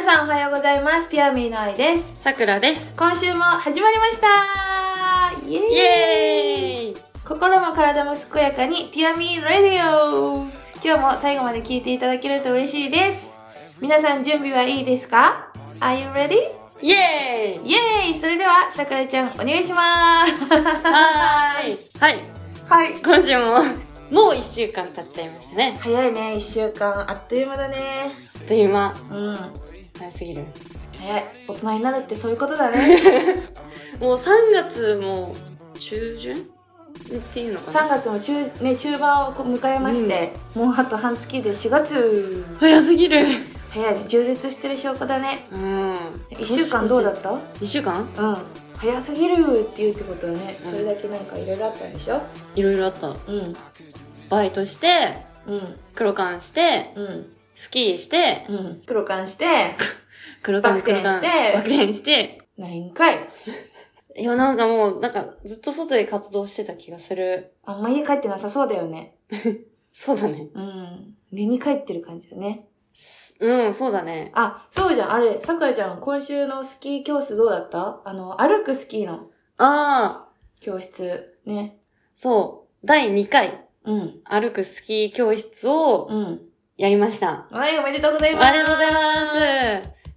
さんおはようございます。ティアミーの愛です。さくらです。今週も始まりましたイエーイイエーイ心も体も健やかにティアミーラディオ今日も最後まで聞いていただけると嬉しいです。皆さん準備はいいですか ?Are you ready? イエーイイエーイそれでは、さくらちゃんお願いしますはーいはい。はい。今週も、もう一週間経っちゃいましたね。早いね、一週間。あっという間だね。あっというう間、ん。早すぎる。早い。大人になるってそういうことだね。もう3月も中旬っていうのか3な月も中,、ね、中盤をこう迎えまして、もうあと半月で4月。早すぎる。早いね。充実してる証拠だね。うん。 1週間どうだっったうた ?2 週間ん。早すぎるって言うってことはね、それだけなんかいろいろあったんでしょいろいろあった。うん。バイトして、うん。黒缶して、うん。スキーして、うん。黒缶して、黒缶、バク転黒し缶、てバク転して、何回いや、なんかもう、なんか、ずっと外で活動してた気がする。あんま家帰ってなさそうだよね。そうだね。うん。寝に帰ってる感じだね。うん、そうだね。あ、そうじゃん。あれ、さくらちゃん、今週のスキー教室どうだったあの、歩くスキーのああ、教室。ね。そう。第2回、うん。歩くスキー教室をうん。やりました。はい、おめでとうございます。ありがとうございます。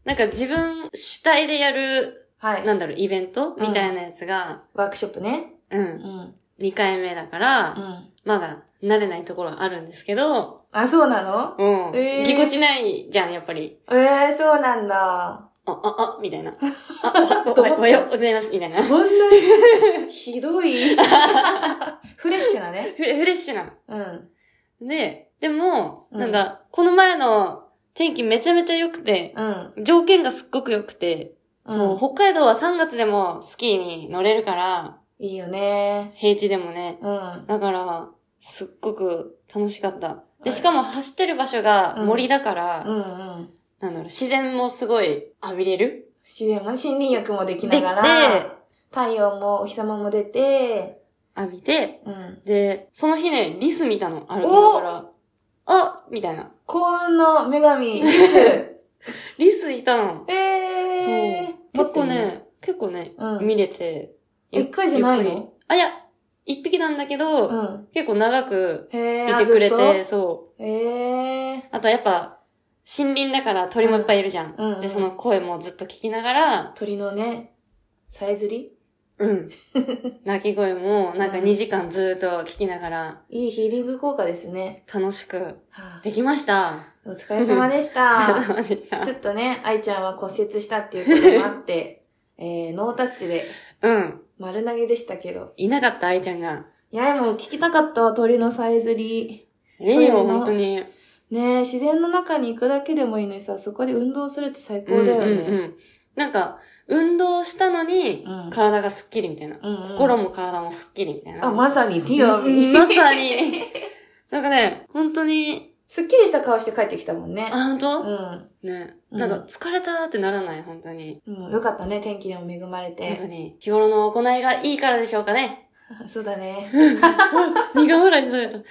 なんか自分主体でやる、はい。なんだろう、イベントうんみたいなやつが、ワークショップね。う、うんん。 2回目だかうら、ん。まだ慣れないところはあるんですけど、あ、そうなのうん。えーぎこちないじゃん、やっぱり。ええー、そうなんだ。あ、あ、あ、みたいな。あ、おは、おは、おはようございます、みたいな。そフんなにひど い。フレッシュなね。レフレッシュな。うん。で、でも、うんなんだ、この前の天気めちゃめちゃ良くて、うん。条件がすっごく良くて、そうう、ん。北海道は3月でもスキーに乗れるから、いいよね。平地でもね。うん。だから、すっごく楽しかった。はで、いしかも走ってる場所が森だから、うんうん。なんだろう、自然もすごい浴びれる自然も森林浴もできながら、できて太陽もお日様も出て、浴びて、うん。で、その日ね、リス見たの、歩きながら。あみたいな。幸運の女神 です。リスいたの。えー、そう。結構、ね、結構ね、うん見れて。ゆ一回じゃないのゆっくりあ、いや、一匹なんだけど、うん。結構長くへーいてくれ。あずて、っそう。とへー。あとやっぱ、森林だから鳥もいっぱいいるじゃん。うんうんで、その声もずっと聞きながら、鳥のね、さえずり うん。鳴き声も、なんかうん2時間ずっと聞きながら、いいヒーリング効果ですね。楽しくはあできました。お疲れ様でしお た。疲れ様でしたちょっとね、愛ちゃんは骨折したっていうこともあって、 えー、ノータッチでうん。丸投げでしたけど。いなかった、愛ちゃんが。いや、でも聞きたかったわ、鳥のさえずり。ええそよ、うなの本当に。ねえ、自然の中に行くだけでもいいのにさ、そこで運動するって最高だよね。うんうんうん。なんか、運動したのにうん、体がスッキリみたいな。うんうん心も体もスッキリみたいな。あ、まさにティアミうんまさに。なんかね、本当に、すっきりした顔して帰ってきたもんねあ、。本当、うん。ね。うんなんか、疲れたーってならない、本当に。うん、よかったね、天気にも恵まれ本当て。に。日頃の行いがいいからでしょうかね。そうだね。苦笑いされた。い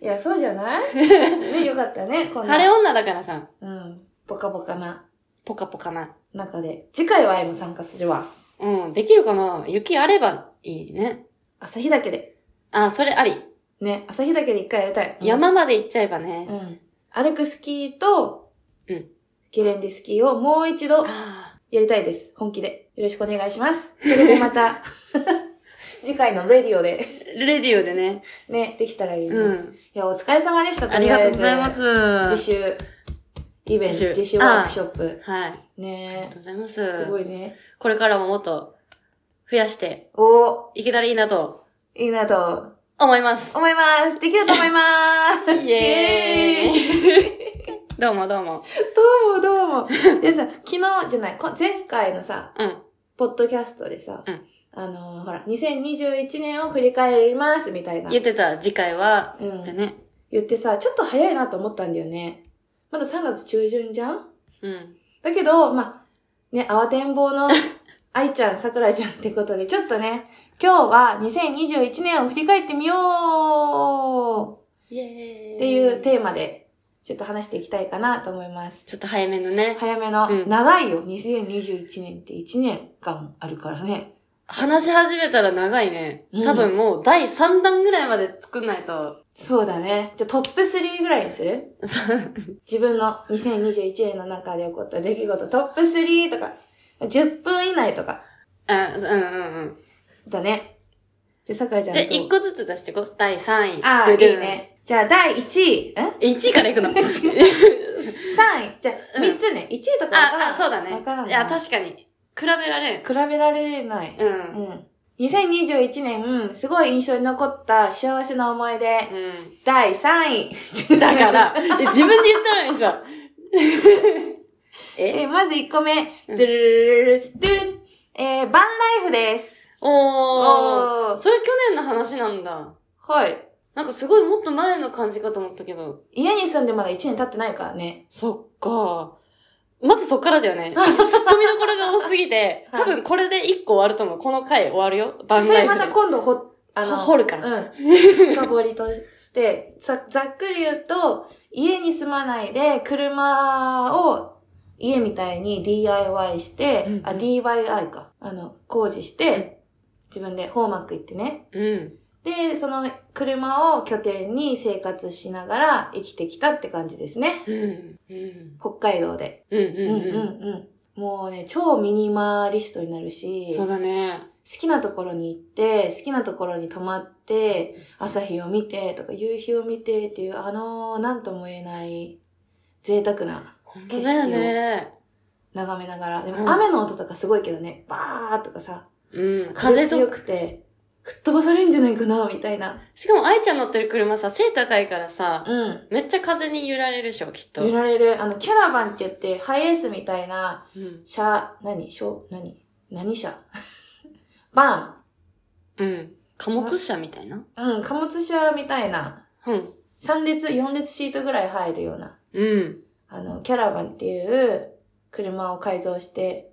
や、そうじゃないね、よかったね、こんな。 晴れ女だからさ、うん。ポカポカなポカポカな。中で。次回は愛も参加するわ。うん、できるかな雪あればいいね。朝日岳で。あ、それあり。ね、朝日岳で一回やりたい。山ままで行っちゃえばね。うん。歩くスキーと、うん。ゲレンデスキーをもう一度あやりたいです。本気で。よろしくお願いします。それでま た、 次回のレディオで、ーレディオでね。ね、できたらいいね。うん。いや、お疲れ様でした。ありがとうございま。自す。習、イベント、自習自習ワークショップ。はい。ありねがとうございまえ。すす。ごいね。これからももっと増やしておいけたらいいなとー、いいなと思います。思います。できると思います。イエイエーイ。ーイ。 どうもどうも。どうもどうも。でさ、昨日じゃない、こ前回のさ、うん。ポッドキャストでさ、うんあのーほら、2021年を振り返りますみたいな。言ってた次回は、うんだね。言ってさ、ちょっと早いなと思ったんだよね。まだ3月中旬じゃんうん。だけど、まあ、ね、慌てんぼう の愛ちゃん、桜井ちゃんってことで、ちょっとね、今日は2021年を振り返ってみようイエーイ。っていうテーマでちょっと話していきたいかなと思います。ちょっと早めのね。早めの、うん長いよ、2021年って1年間あるからね。話し始めたら長いね。うん多分もう第3弾ぐらいまで作んないと。 そうだね。じゃあトップ3ぐらいにするそう自分の2021年の中で起こった出来事トップ3とか、10分以内とかあうんうんうん。だね。じゃあ、さくらちゃんと。で、1個ずつ出してこう。第3位。ああ、いドいゥドゥン。ね。じゃあ、第1位。ええ、1位からいく のあ、 3位。じゃあ、うん3つね。1位とかわからん。あ、そうだね。わからんな。いや、確かに。比べられん。比べられない。う。うんん。2021年、すごい印象に残った幸せな思い出。う第3位。ん。だから、え 自分で言ったのにさ。え え、まず1個目。うドんゥルルルルルドゥン。えー、バンライフです。おー。おー。それ去年の話なんだ。はい。なんかすごいもっと前の感じかと思ったけど。家に住んでまだ1年経ってないからね。そっか。まずそっからだよね。ツッコミどころが多すぎて、 はい多分これで1個終わると思う。この回終わるよ。バそンラれイフまでた。今度ほ、あの、掘るから。うん。深掘りとして、 ざざっくり言うと、家に住まないで、車を家みたいに DIY して、うんうんあ、DIY か。あの、工事して、自分でホーマック行ってね。うん。で、その車を拠点に生活しながら生きてきたって感じですね。うん。うん。北海道で。うん。うんうんうん。うん。もうね、超ミニマリストになるし。そうだね。好きなところに行って、好きなところに泊まって、朝日を見てとか夕日を見てっていう、あのー、なんとも言えない贅沢な本当だよね。眺めながら。でも、うん雨の音とかすごいけどね、バーとかさ、うん。風強と、くて、吹っ飛ばされるんじゃないかな、みたいな。しかも愛ちゃん乗ってる車さ、背高いからさ、うん。めっちゃ風に揺られるでしょ、きっと。揺られる。あの、キャラバンって言って、ハイエースみたいな、うん。車、何小、何何車 バうん。貨物車みたいなン。うん、貨物車みたいな、うん。 3列、4列シートぐらい入るような。うん。あの、キャラバンっていう車を改造して、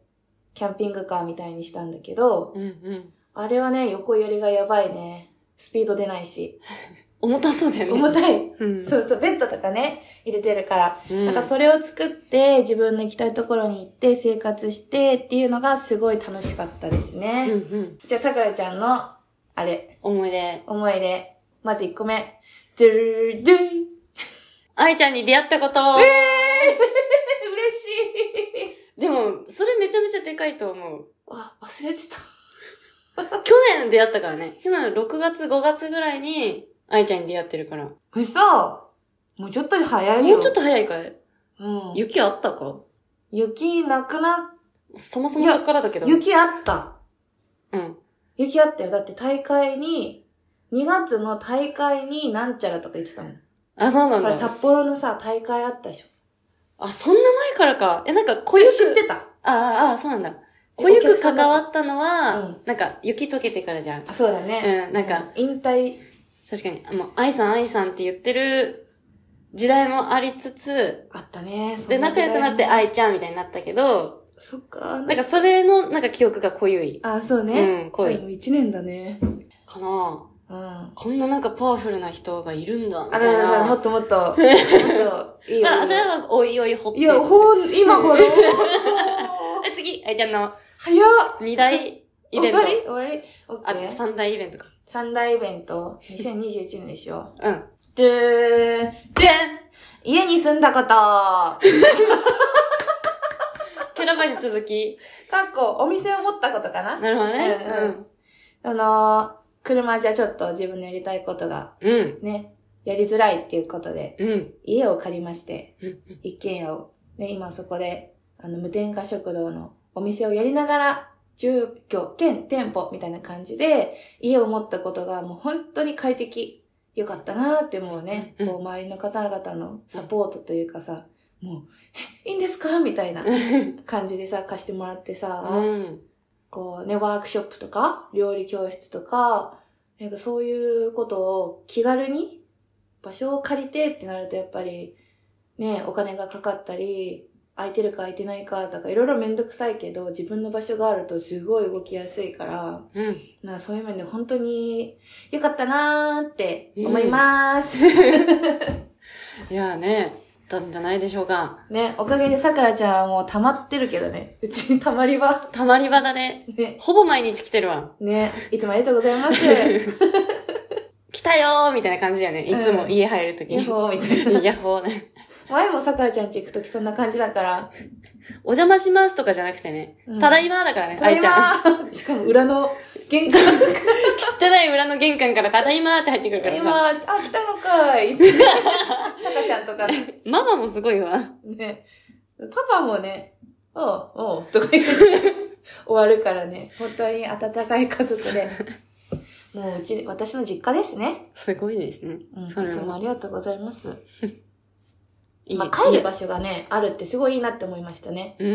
キャンピングカーみたいにしたんだけど、うん。うん。あれはね、横寄りがやばいね。スピード出ないし。重たそうだよね。重たい。うん。そうそう、ベッドとかね、入れてるから。うん。なんかそれを作って、自分の行きたいところに行って、生活してっていうのがすごい楽しかったですうね。んうん。じゃあ、さくらちゃんの、あれ、思い出。思い出。まず1個目。ドゥル ルルドゥン愛ちゃんに出会ったこと。嬉 しいでも、それめちゃめちゃでかいと思う。あ、忘れてた。去年出会ったからね。去年の6月、5月ぐらいに、愛ちゃんに出会ってるから。も嘘もうちょっと早いよ。うちょっと早いかいうん。雪あったか雪なくな、そもそもそっからだけど。雪あった。うん。雪あったよ。だって大会に、2月の大会になんちゃらとか言ってたもん。あ、そうなほんだ。ら、札。幌のさ、大会あったでしょ。あ、そんな前からか。え、なんか、濃こゆれ知っく、てたああ、あそうなんだ。え濃ゆお客くさ関んだわったのは、うんなんか、雪溶けてからじゃん。あ、そうだね。うんなんか。引退。確かに、あもう、愛さん愛さんって言ってる時代もありつつ、あったね。そで、ん時仲代良くなって愛ちゃんみたいになったけど、そっか。ななんか、それの、なんか記憶が濃ゆい。あ、そうね。うん、濃い。も1年だね。かなぁうん。あこんななんかパワフルな人がいるんだ、みたらいららな。ら、もっともっと。もっと、いいよだからそれはおいおい掘って。いや、ほん、今ほ ら。え次、愛ちゃんの早っ2大イベン終トわ。り終わりオッあ、ケー3大イベントか。三大イベント、2021年でしょ。うん。でー、で家に住んだこと、かキャラバンに続き。っこ、お店を持ったことかななるほどね。あのー、車じゃちょっと自分のやりたいことがうん。うん。ね、やりづらいっていうことで、うん。家を借りまして、うん。一軒家を、ね、今そこで、あの、無添加食堂のお店をやりながら、住居兼店舗みたいな感じで、家を持ったことがもう本当に快適、良かったなーってもうね、うんこう周りの方々のサポートというかさ、もう、えいいんですかみたいなうん感じでさ、貸してもらってさ、うん。こうね、ワークショップとか、料理教室とか、なんかそういうことを気軽に場所を借りてってなるとやっぱり、ね、お金がかかったり、空いてるか空いてないかとか、いろいろめんどくさいけど、自分の場所があるとすごい動きやすいから、うん。なんかそういう面で本当に良かったなーって思います。いやね。ったんじゃないでしょうか。ね、おかげでさくらちゃんはもう溜まってるけどね。うちに溜まり場。たまり場だね。ね。ほぼ毎日来てるわ。ね。いつもありがとうございます。 来たよーみたいな感じだよね。いつも家入るときヤにッ。ホーみたいな。ヤッホーね。前もさくらちゃん家行くときそんな感じだから。お邪魔しますとかじゃなくてね。うんただいまだからね、ただ愛いちゃん。まーしかも裏の玄関から汚い裏の玄関からただいまーって入ってくるからさ。今、あ、来たのか ーい。タカちゃんとかね。ママもすごいわ。ねパパもね、おう、おう、とか言って終わるからね。本当に温かい家族で。もううち、私の実家ですね。すごいですね。うん、いそれはつもありがとうございます。いいまあ、帰る場所がね、あるってすごいいいなって思いましたね。う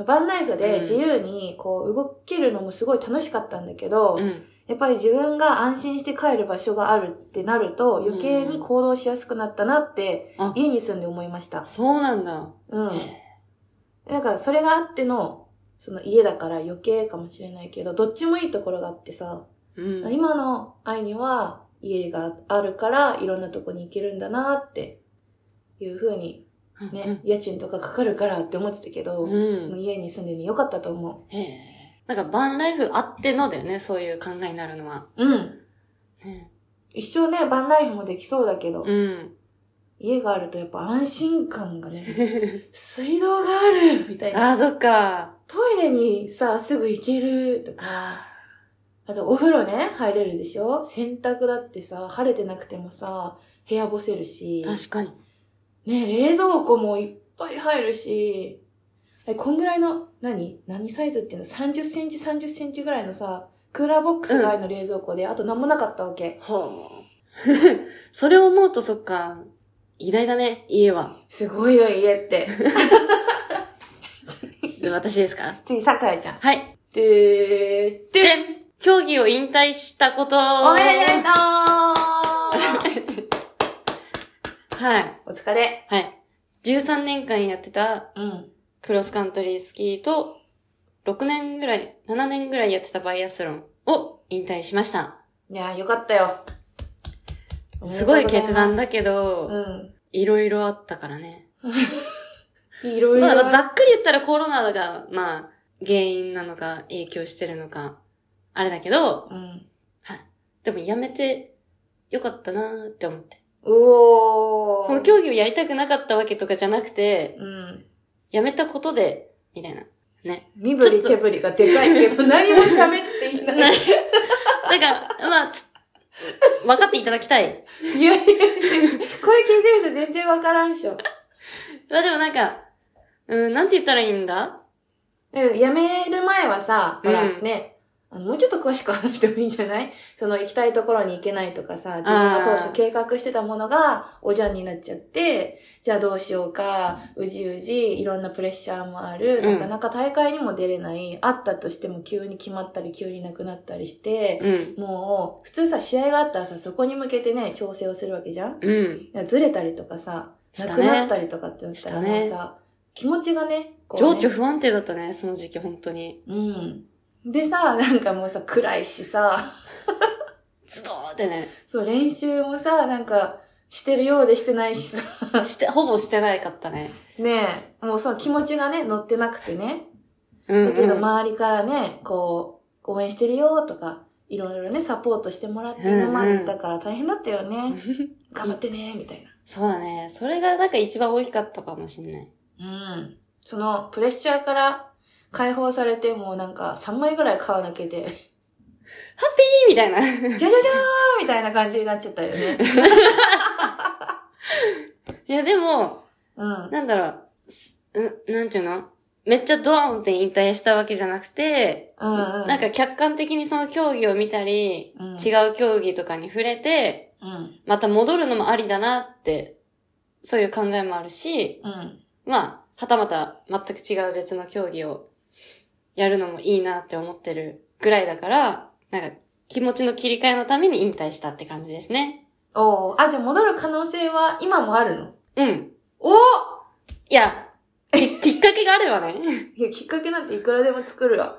ん。バンライフうんで自由にこう動けるのもすごい楽しかったんだけど、うん。やっぱり自分が安心して帰る場所があるってなると余計に行動しやすくなったなってうんあ家に住んで思いました。そうなんだ。うん。だからそれがあっての、その家だから余計かもしれないけど、どっちもいいところがあってさ、うん。今の愛には家があるからいろんなとこに行けるんだなっていう風にね、家賃とかかかるからって思ってたけど、うん。うん。家に住んでるの良かったと思へえ。なんかバンライフあってのだよね、そういう考えになるのは。う。うん。ね、一生ね、バンライフもできそうだけど、うん。 家があるとやっぱ安心感がね、水道があるみたいあな。あ、そっか。トイレにさ、すぐ行けるとか。あとお風呂ね、入れるでしょ洗濯だってさ、晴れてなくてもさ、部屋干せるし。確かに。ね、冷蔵庫もいっぱい入るし。え、こんぐらいの、何何サイズっていうの ?30 センチ、30センチぐらいのさ、クーラーボックスがあるの冷蔵庫で、あと何もなかったわけ。ほう。 それを思うとそっか。偉大だね、家は。すごいよ、家って。 私ですか次、さくらちゃん。はい。でーでん競技を引退したことおめでとうはい。お疲れ。はい。13年間やってたうん。クロスカントリースキーと、6年ぐらい、7年ぐらいやってたバイアスロンを引退しました。いやー、よかったよ。すごい決断だ。だけうど、ん。いろいろあったからね。いろいろ。まあ、まあざっくり言ったらコロナが、まあ、原因なのか、影響してるのか、あれだけど、うん。でもやめてよかったなーって思って。おー。その競技をやりたくなかったわけとかじゃなくて、うん。やめたことで、みたいな。身振り手振りがでかいけど、何も喋っていな。ないんか、まあ、ちょ分かっていただきたい。いやいやいや、これ聞いてる人全然わからんっしょ。まあでもなんか、うん、なんて言ったらいいんだうん、辞める前はさ、ほら、うんね、あの、もうちょっと詳しく話してもいいんじゃない その行きたいところに行けないとかさ、自分が当初計画してたものがおじゃんになっちゃって、じゃあどうしようか、うじうじ、いろんなプレッシャーもある、うんなかなか大会にも出れない、あったとしても急に決まったり急になくなったりして、うん。もう、普通さ、試合があったらさ、そこに向けてね、調整をするわけじゃんうん。いやずれたりとかさ、しなたくねなったりとかってなったらもうしさ、気持ちがね、こう情ね緒不安定だったね、その時期、本当に。うん。でさ、なんかもうさ、暗いしさ、ズドーってね。そう、練習もさ、なんか、してるようでしてないしさ、して、ほぼしてないかったね。ねえ、もうその気持ちがね、乗ってなくてね。うん、だけどうん周りからね、こう、応援してるよとか、いろいろね、サポートしてもらって今までだから大変だったよね。頑張ってね、みたいそうだね。それがなんか一番大きかったかもしんない。な。うん。その、プレッシャーから解放されて、もうなんか3枚ぐらい買わなきゃ で、ハッピーみたいな。 じゃじゃじゃーみたいな感じになっちゃったよね。いや、でも、うん。なんだろう、すうん、なんていうのめっちゃドーンって引退したわけじゃなくて、うんうん。なんか客観的にその競技を見たり、うん、違う競技とかに触れて、うん。また戻るのもありだなって、そういう考えもあるし、うん。まあ、はたまた全く違う別の競技をやるのもいいなって思ってるぐらいだから、なんか気持ちの切り替えのために引退したって感じですね。おーあ、じゃあ戻る可能性は今もあるのうん。おいや、き きっかけがあればね。いや、きっかけなんていくらでも作るわ。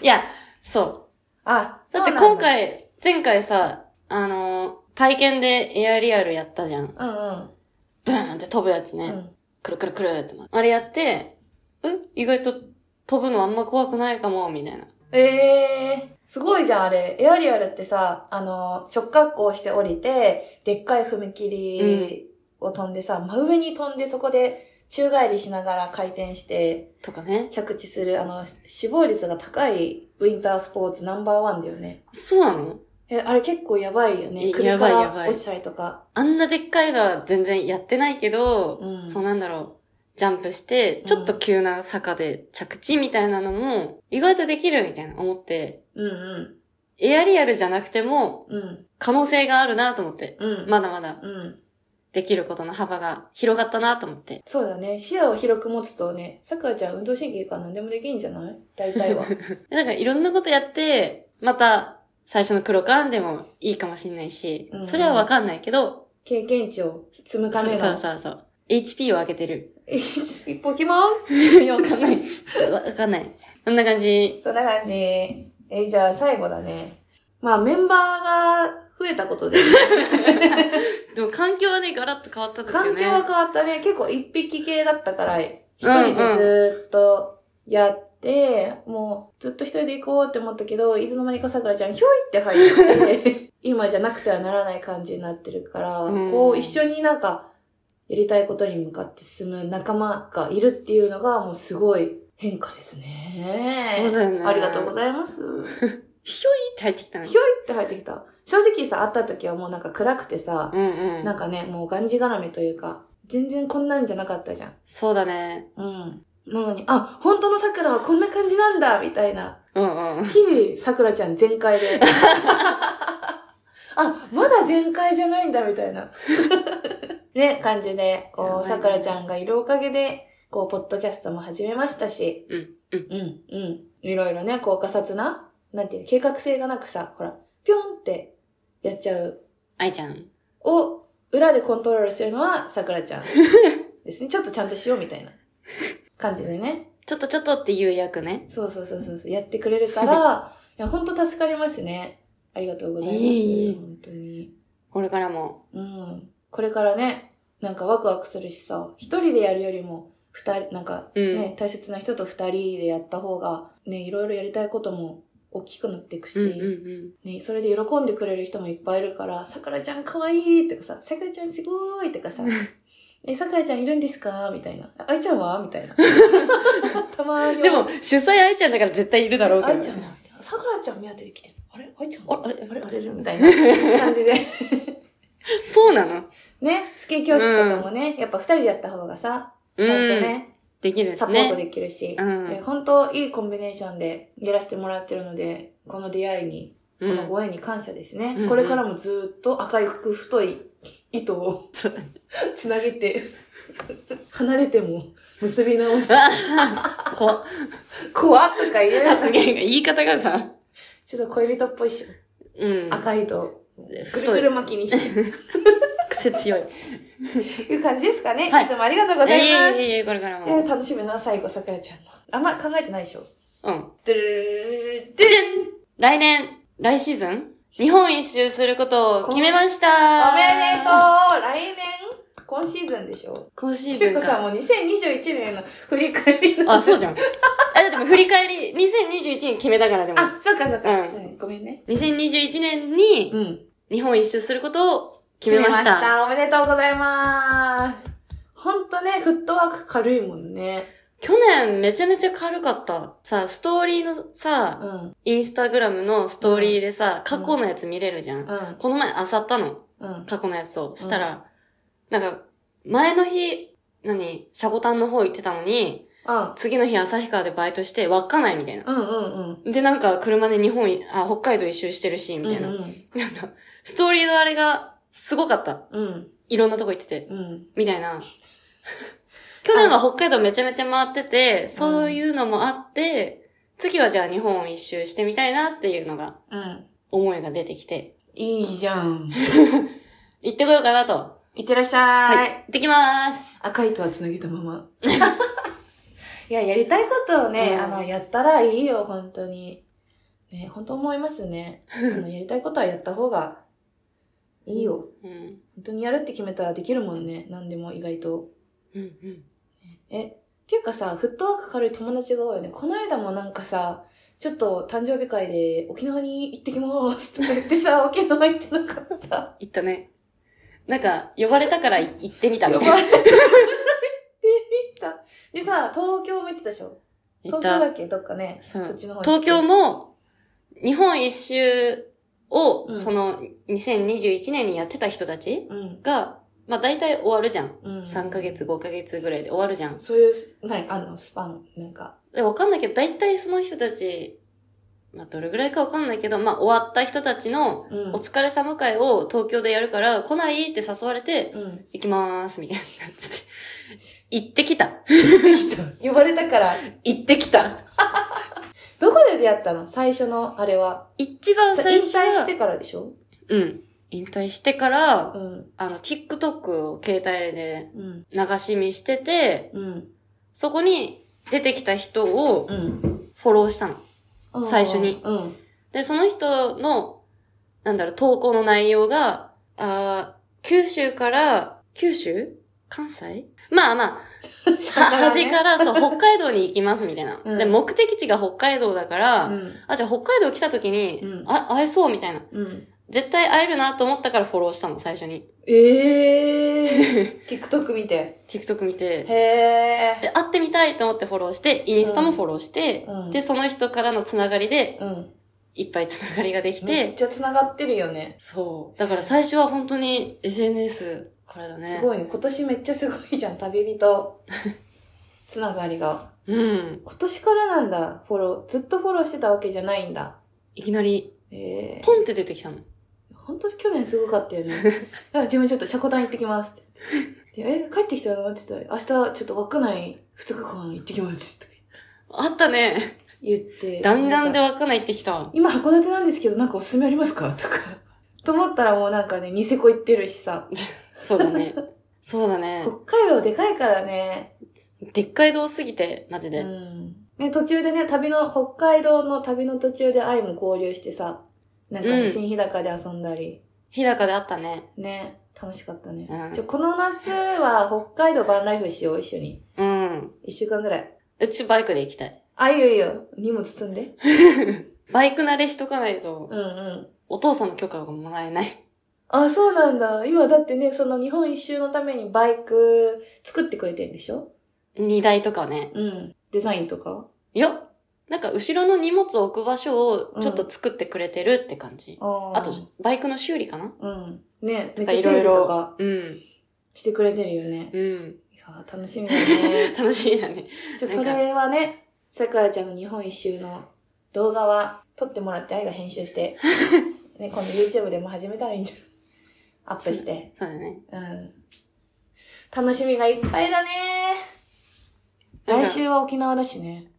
いや、そあ、う。だっそてうな今ん。回、前回さ、あのー体験でエアリアルやったじゃうん。んうん。ブーンって飛ぶやつね。うん。くるくるくるって回る。あれやって、うん意外と飛ぶのあんま怖くないかも、みたいな。ええー、すごいじゃん、あれ。エアリアルってさ、あの、直滑降して降りて、でっかい踏切を飛んでさ、真上に飛んでそこで宙返りしながら回転してとかね。着地する、あの、死亡率が高いウィンタースポーツナンバーワンだよね。そうなのえ、あれ結構やばいよね。え首やかばいやばらい落ちたりとか。あんなでっかいのは全然やってないけど、うんそうなんだろう。ジャンプして、ちょっと急な坂で着地みたいなのも、意外とできるみたいな思って、うんうん。エアリアルじゃなくても、うん。可能性があるなと思って。うん。まだまだうん。できることの幅が広がったなと思って。そうだね。視野を広く持つとね、さくらちゃん運動神経から何でもできんじゃない大体 は。でなんかいろんなことやって、また最初の黒缶でもいいかもしんないし、うんそれはわかんないけど、経験値を積むためそうの。 そうそうそう。HP を上げてる。ポケモンいやわかんない。ちょっとわかんない。こんな感じ。そんな感じ。えーじゃあ最後だね。まあメンバーが増えたことで、でも環境はね、ガラッと変わった時よ環ね。境は変わったね。結構一匹系だったから、一人でずっとやって、もうずっと一人で行こうって思ったけど、いつの間にかさくらちゃんひょいって入って 今じゃなくてはならない感じになってるから、うんこう一緒になんか、やりたいことに向かって進む仲間がいるっていうのがもうすごい変化ですね。そうだよね。ありがとうごいざいます。ます。ひょいって入ってきたねひ。ょいって入ってきた。正直さ、会った時はもうなんか暗くてさ、うんうん。なんかね、もうがんじがらめというか、全然こんなんじゃなかったじゃん。そうだね。うん。なのに、あ、本当の桜はこんな感じなんだみたいな。うんうん。日々、桜ちゃん全開 で。あ、まだ全開じゃないんだみたいな。 ね、感じで、やばこ、いうね桜ちゃんがいるおかげで、こう、ポッドキャストも始めましたし、うんうん。うん、うん。いろいろね、こう、がさつな、なんていうの、計画性がなくさ、ほら、ぴょんってやっちゃう。愛ちゃん。を、裏でコントロールしてるのは、さくらち ゃんですね。ちょっとちゃんとしようみたいな感じでね。ちょっとちょっとっていう役ね。そうそうそうそうそう、やってくれる から、いや、ほんと助かりますね。ありがとうございます。いえいえ本当に。これからも。うん。これからね、なんかワクワクするしさ、一人でやるよりも、二人、なんか、うん。ね、大切な人と二人でやった方が、ね、いろいろやりたいことも大きくなっていくし、うんうんうん。ね、それで喜んでくれる人もいっぱいいるから、さくらちゃんかわいいとかさ、さくらちゃんすごーいとかさ、え、さくらちゃんいるんですかみたいな。あいちゃんはみ たいな。たまに。でも、、主催愛ちゃんだから絶対いるだろうけど。愛ちゃんはさくらちゃん目当てで来てる。あれあいちゃんはあれあれあれみたいな感じで。 そうなのね、スキー教室とかもね、やっぱ二人でやった方がさ、ちゃうんとん。ね、できるですサポートね。できるし、うんえ本当いいコンビネーションでやらせてもらってるので、この出会いに、こうのん。ご縁に感謝ですね。うんうんこれからもずっと赤い服太い糸をそうつなげて、離れても結び直して、あ こわ怖とか言えな発い。言が、言い方がさ。ちょっと恋人っぽいし、うん。赤い糸をぐる太ぐい。る巻きにして、癖強い。いう感じですかね。はいい、つもありがとうごいざやいますい。やいやいや、これからいやも。楽しみだな、最後、桜ちゃんの。あんま考えてないでしょ。うん。ドゥルルルルルドゥルン来年、来シーズン日本一周することを決めましたおめでとう来年今シーズンでしょ今シー結ズ構ンさ、か。もう2021年の振り返りの。あ、そうじゃん。 あ、だってもう振り返り、2021年決めたからでも。あ、そうかそうか。うんうんごめんね。 2021年にん。日本一周することを決めました。おめでとうございます。ほんとね、フットワーク軽いもんね。去年めちゃめちゃ軽かった。さ、ストーリーのさ、うん。インスタグラムのストーリーでさ、過去のやつ見れるじゃん。うん。この前漁ったの。うん。過去のやつを。したら、なんか、前の日、何、シャコタンの方行ってたのに、うん。次の日旭川でバイトして、稚内みたいな。うんうんで、なんか車で日本い、あ、北海道一周してるし、うん。みたいな。うんなんか、ストーリーのあれが、すごかった。うん。いろんなとこ行ってて。うん。みた いな。去年は北海道めちゃめちゃ回ってて、そういうのもあって、次はじゃあ日本を一周してみたいなっていうのが、うん。思いが出てきて、いいじゃ ん。行ってこようかなと。いってらっしゃい。はい。行ってきまーす。赤い糸は繋げたま ま。いや、やりたいことをね、うんあの、やったらいいよ、本当 に。ね、本当思いますね。あの、やりたいことはやった方がいいよ。うん。本当にやるって決めたらできるもんね。何でも意外と。うんうん。え、っていうかさ、フットワーク軽い友達が多いよね。この間もなんかさ、ちょっと誕生日会で沖縄に行ってきますとか言って さ、沖縄行ってなかった。行ったね。なんか、呼ばれたからい行ってみたみ呼たいなば。れてみた。でさ、東京も行ってたでしょ行っ東京だた。っけどっかね。そうっちの方行っ東て京も、日本一周を、うんその、2021年にやってた人たちうん。が、まあ大体終わるじゃん。うん。 3ヶ月、5ヶ月ぐらいで終わるじゃん。そういう、ない、あの、スパン、なんか。で、わかんないけど、大体その人たち、まあどれぐらいかわかんないけど、まあ終わった人たちの、うん。お疲れ様会を東京でやるから、来ないって誘われて、うん。行きまーす、みたいな感じで。行ってきた。呼ばれたから、行ってきた。どこで出会ったの最初の、あれは。一番最引退初は、してからでしょうん。引退してから、うん。あの、TikTok を携帯でうん。流し見してて、うん。そこに出てきた人をうん。フォローしたの。最初にうん。で、その人の、なんだろう、投稿の内容が、あー九州から、九州関西まあまあ、は端ねから、そう、北海道に行きますみたいな。うんで、目的地が北海道だから、うん。あ、じゃあ北海道来た時に、うんあ、会えそうみたいな。うん。絶対会えるなと思ったからフォローしたの、最初 に。ええー。TikTok 見て。 TikTok 見て。へでえ。会ってみたいと思ってフォローして、インスタもフォローして、うんで、その人からのつながりで、うん。いっぱいつながりができ、めってちゃ繋がってるよね。そう。だから最初は本当に SNS からだね。すごいね。今年めっちゃすごいじゃん。旅 人。つながりが。うん。今年からなんだ。フォロー。ずっとフォローしてたわけじゃないんだ。いきなり、ええポンって出てきたの。本当に去年すごかったよ ね。いや自分ちょっと車庫団行ってきますって言って。でえ、帰ってきたのって言ったら、明日ちょっと稚内2日間行ってきますってあったね。言って。弾丸でわかんないってきたわ。今函館なんですけど、なんかおすすめありますか とか。と思ったらもうなんかね、ニセコ行ってるしさ。そうだ ね。そうだね。北海道でかいからね。でっかい道すぎて、マジうで。ん。ね、途中でね、旅の、北海道の旅の途中で愛も交流してさ、なんかね、うん新日高で遊んだり、日高であったね。ね、楽しかったね。うんちょ、この夏は北海道バンライフしよう、一緒に。うん。一週間ぐらい。うちバイクで行きたい。あ、いいよいいよ。荷物積んで。バイク慣れしとかないと、うんうん。お父さんの許可がもらえない。あ、そうなんだ。今だってね、その日本一周のためにバイク作ってくれてるんでしょ荷台とかね。うん。デザインとかよっなんか後ろの荷物を置く場所をちょっと作ってくれてるって感じ。あーあと、バイクの修理かなうん。ね、めとっかちゃいろセーいルとかろ。うん。してくれてるよね。うん。 いやー楽しみだね。楽しみだね。ちょそれはね、さくらちゃんの日本一周の動画は撮ってもらって、愛が編集 して、ね、今度 YouTube でも始めたらいいんじゃん。アップして。そうだね。うん。楽しみがいっぱいだね。なん来か。週は沖縄だしね。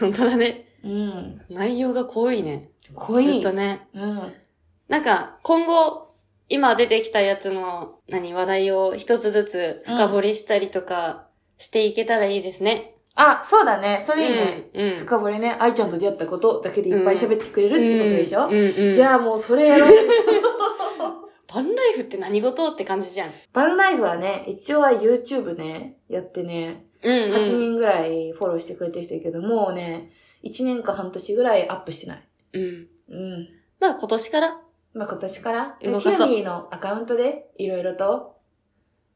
本当だね。うん。内容が濃いね。濃い。ずっとね。うん。なんか、今後、今出てきたやつの、何、話題を一つずつ深掘りしたりとか、していけたらいいですね。あ、そうだね。それいいね。うん。うん。深掘りね、愛ちゃんと出会ったことだけでいっぱい喋ってくれるってことでしょ、うんうんうん。いや、もうそれやろうよ。バンライフって何事って感じじゃん。バルナイフはね、一応は YouTube ね、やってね、うん、うん。 8人ぐらいフォローしてくれてる人いるけど、もうね、1年か半年ぐらいアップしてない。うん。うん。まあ今年から、まあ、今年から、キ動ュかそうーミーのアカウントで、いろいろと、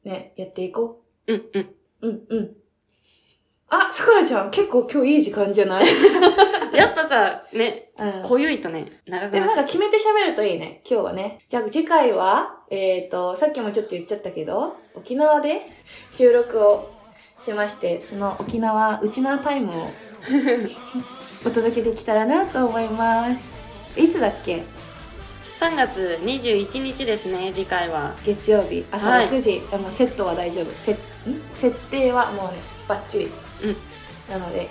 ね、やっていこうんうん。う。うん、うん。あ、さくらちゃん、結構今日いい時間じゃ ないやっぱさ、ね、うん濃ゆいとね、長くでもななんかっちゃう。決めて喋るといいね、今日はね。じゃあ次回は、えっ、ー、と、さっきもちょっと言っちゃったけど、沖縄で収録をしまして、その沖縄、うちなタイム をお届けできたらなと思います。いつだっけ3月21日ですね、次回は。月曜日朝はい6時、あもうセットは大丈夫せん設定はもうねバッチリうん。なので、はい、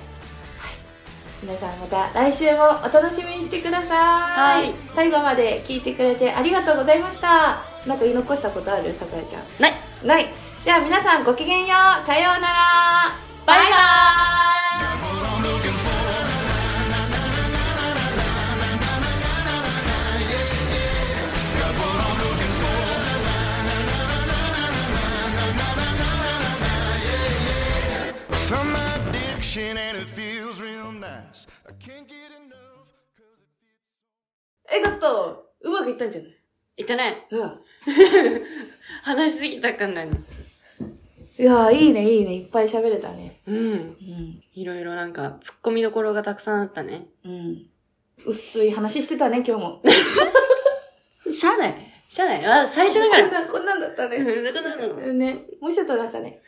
皆さんまた来週もお楽しみにしてください、はい最後まで聞いてくれてありがとうございましたなんか言い残したことあるさくらちゃんないないでは皆さんごきげんようさようならバイバイ「 passion and it feels real nice. I can't get enough 'cause it fits so え、だったうまくいったんじゃない言ってない。うん。話しすぎたかんだね。いやー、いいね、いいね。いっぱい喋れたね。うん。うん。いろいろなんか、突っ込みどころがたくさんあったね。うん。薄い話してたね、今日も。しゃあない。しゃあない。あ、最初だか ら。こんなん、こんなんだったね。うんね。もうちょっとなんかね、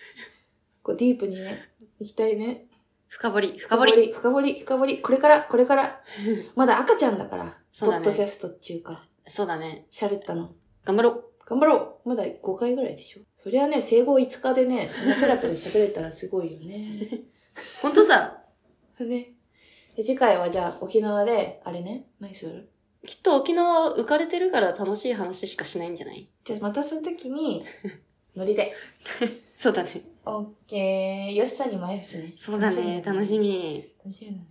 こう、ディープにね、行きたいね。深掘り、深掘り。深掘り、深掘り、これから、これ から。まだ赤ちゃんだから、そうだねポッドキャストっていうか、そうだね。喋ったの。頑張ろう。頑張ろうまだ5回ぐらいでしょそりゃね、生後5日でね、そんなペラペラ喋れたらすごいよね。 ほんとさ、ね。で次回はじゃあ、沖縄で、あれね、何するきっと沖縄浮かれてるから楽しい話しかしないんじゃないじゃあ、またその時 に、ノリで。そうだね。オッケー。よしさんにも会えるしね。そうだね。楽しみ。楽しみだね。